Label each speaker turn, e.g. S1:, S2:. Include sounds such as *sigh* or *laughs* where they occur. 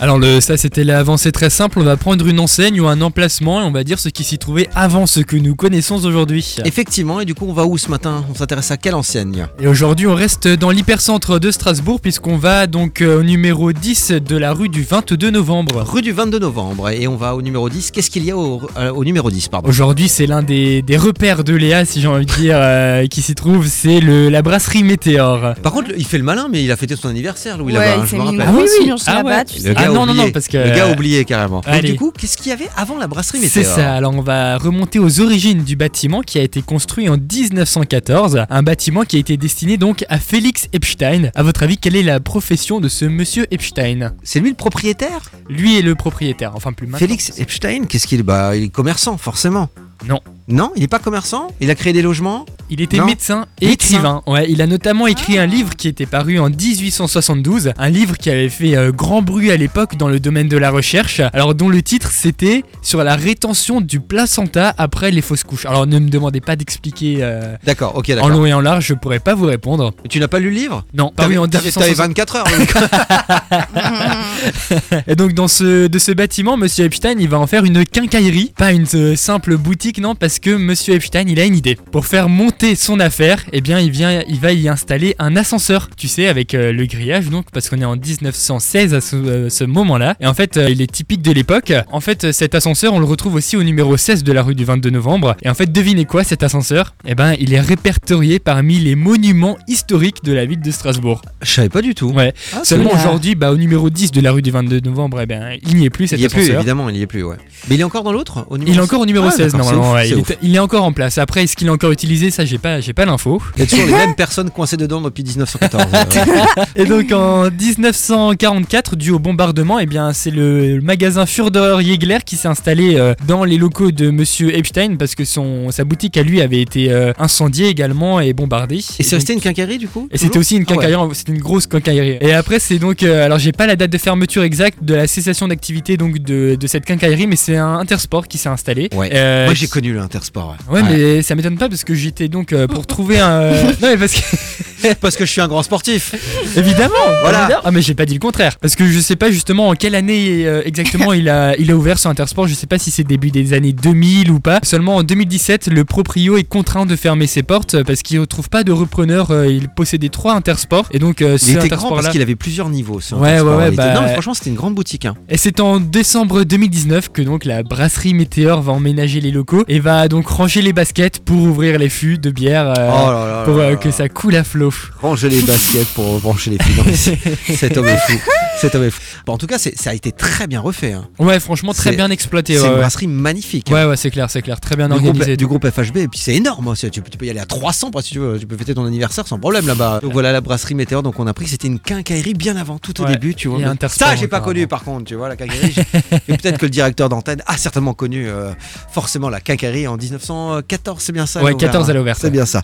S1: Alors le, ça c'était l'avancée très simple, on va prendre une enseigne ou un emplacement et on va dire ce qui s'y trouvait avant ce que nous connaissons aujourd'hui.
S2: Effectivement, et du coup, on va où ce matin On s'intéresse à quelle enseigne
S1: Et aujourd'hui on reste dans l'hypercentre de Strasbourg puisqu'on va donc euh, au numéro 10 de la rue du 22 novembre.
S2: Rue du 22 novembre, et on va au numéro 10. Qu'est-ce qu'il y a au, euh, au numéro 10 pardon
S1: Aujourd'hui c'est l'un des, des repères de Léa si j'ai envie de dire euh, qui s'y trouve, c'est le- la brasserie Météor.
S2: Par contre, il fait le malin, mais il a fêté son anniversaire, Louis,
S3: Ouais,
S2: là-bas, hein,
S3: il
S2: je
S3: s'est
S2: me
S3: mis une
S1: Ah
S2: rappelle.
S1: oui,
S3: grosse
S1: oui.
S3: ambiance
S1: Ah ouais.
S3: là-bas, tu
S2: Le
S3: sais.
S2: gars
S1: Ah non, non,
S2: oublié.
S1: non, parce que-
S2: Le gars oublié carrément. Donc,
S1: Allez.
S2: du coup, qu'est-ce qu'il y avait avant la brasserie
S1: C'est
S2: Météor
S1: ça, alors on va remonter aux origines du bâtiment qui a été construit en 1914, un bâtiment qui a été destiné donc à Félix Epstein. À votre avis, quelle est la profession de ce monsieur Epstein
S2: C'est lui le propriétaire
S1: Lui est le propriétaire, enfin plus maintenant.
S2: Félix Epstein, qu'est-ce qu'il bah, Il est commerçant, forcément.
S1: Non.
S2: Non, il n'est pas commerçant Il a créé des logements
S1: Il était
S2: Non.
S1: médecin et
S2: Médecin. Ah.
S1: écrivain. Ouais, il a notamment écrit un livre qui était paru en 1872, un livre qui avait fait euh, grand bruit à l'époque dans le domaine de la recherche. Alors dont le titre c'était sur la rétention du placenta après les fausses couches. Alors ne me demandez pas d'expliquer euh,
S2: D'accord, ok,
S1: en
S2: d'accord.
S1: long et en large, je pourrais pas vous répondre.
S2: Mais Tu n'as pas lu le livre
S1: Non, paru en
S2: T'avais- T'avais
S1: 1872.
S2: 24 heures.
S1: *laughs*
S2: donc.
S1: Et donc dans ce de ce bâtiment, Monsieur Epstein, il va en faire une quincaillerie, pas une euh, simple boutique, non, parce que Monsieur Epstein, il a une idée. Pour faire monter son affaire, eh bien, il vient, il va y installer un ascenseur, tu sais, avec euh, le grillage, donc parce qu'on est en 1916 à ce, euh, ce moment-là. Et en fait, euh, il est typique de l'époque. En fait, euh, cet ascenseur, on le retrouve aussi au numéro 16 de la rue du 22 novembre. Et en fait, devinez quoi, cet ascenseur Eh ben, il est répertorié parmi les monuments historiques de la ville de Strasbourg.
S2: Je savais pas du tout.
S1: Ouais.
S2: Ah, c'est
S1: Seulement
S3: Oula.
S1: aujourd'hui, bah, au numéro 10 de la rue du 22 novembre, eh ben, il n'y est plus
S2: Il
S1: cet
S2: y est plus,
S1: ascenseur.
S2: évidemment, il y est plus, ouais. Mais il est encore dans l'autre au numéro
S1: il est encore au numéro
S2: Ah,
S1: 16
S2: d'accord, c'est
S1: normalement.
S2: ouf,
S1: ouais,
S2: c'est
S1: il,
S2: ouf.
S1: est, il est encore en place. Après, est-ce qu'il est encore utilisé Ça, j'ai pas, j'ai pas l'info.
S2: Il y a toujours les mêmes personnes coincées dedans
S1: *laughs*
S2: depuis 1914. euh,
S1: Et donc en 1944, dû au bombardement, eh bien c'est le magasin Furdor Jägler qui s'est installé euh, dans les locaux de Monsieur Epstein parce que son sa boutique à lui avait été euh, incendiée également et bombardée.
S2: Et c'est
S1: donc-
S2: resté une quincaillerie du coup
S1: Et c'était
S2: toujours
S1: aussi une
S2: Ah ouais.
S1: quincaillerie, c'était une grosse quincaillerie. Et après, c'est donc, euh, alors j'ai pas la date de fermeture exacte de la cessation d'activité donc de, de cette quincaillerie, mais c'est un Intersport qui s'est installé.
S2: Ouais.
S1: Euh,
S2: Moi j'ai connu l'Intersport.
S1: Ouais, mais ça m'étonne pas parce que j'étais donc euh, pour trouver
S2: *laughs*
S1: un. non mais parce que
S2: Parce que je suis un grand sportif.
S1: évidemment.
S2: Voilà.
S1: évidemment. Ah mais j'ai pas dit le contraire parce que je sais pas justement en quelle année euh, exactement il a il a ouvert ce Intersport. Je sais pas si c'est début des années 2000 ou pas. Seulement en 2017, le proprio est contraint de fermer ses portes parce qu'il ne trouve pas de repreneur. Euh, Il possédait trois Intersports et donc euh, ce
S2: Il était grand
S1: Intersport
S2: parce
S1: là.
S2: qu'il avait plusieurs niveaux. ce
S1: Ouais,
S2: Intersport,
S1: ouais, ouais,
S2: il était-
S1: bah,
S2: Non, mais
S1: ouais.
S2: franchement, c'était une grande boutique. hein.
S1: Et c'est en décembre 2019 que donc la brasserie Météor va emménager les locaux et va donc ranger les baskets pour ouvrir les fûts de bière euh,
S2: Oh là là
S1: pour
S2: là
S1: euh,
S2: là
S1: que
S2: là.
S1: ça coule à flot.
S2: Ranger les baskets
S1: euh,
S2: pour brancher les filles. *laughs* Cet homme est fou. Cet homme est fou. Bon, en tout cas, c'est- ça a été très bien refait. hein.
S1: Ouais, franchement très
S2: C'est-
S1: bien exploité.
S2: C'est
S1: ouais,
S2: une
S1: ouais.
S2: brasserie magnifique. hein.
S1: Ouais, ouais, c'est clair, c'est clair. Très bien
S2: Du groupe,
S1: organisé. et
S2: du
S1: tout.
S2: groupe FHB, et puis c'est énorme. hein, c'est- Tu, peux- tu peux y aller à 300 après, si tu veux. Tu peux fêter ton anniversaire sans problème là-bas. Donc voilà la brasserie Météor. Donc on a pris que c'était une quincaillerie bien avant, tout au
S1: Ouais,
S2: début, tu vois.
S1: et
S2: Mais
S1: Intersport
S2: ça, j'ai pas
S1: encore
S2: connu
S1: avant.
S2: par contre, tu vois, la quincaillerie.
S1: *laughs*
S2: j'ai- et peut-être que le directeur d'antenne a certainement connu euh, forcément la quincaillerie en 1914, c'est bien ça elle
S1: Ouais,
S2: a ouvert,
S1: 14
S2: hein.
S1: elle a ouvert,
S2: C'est
S1: ouais.
S2: bien ça.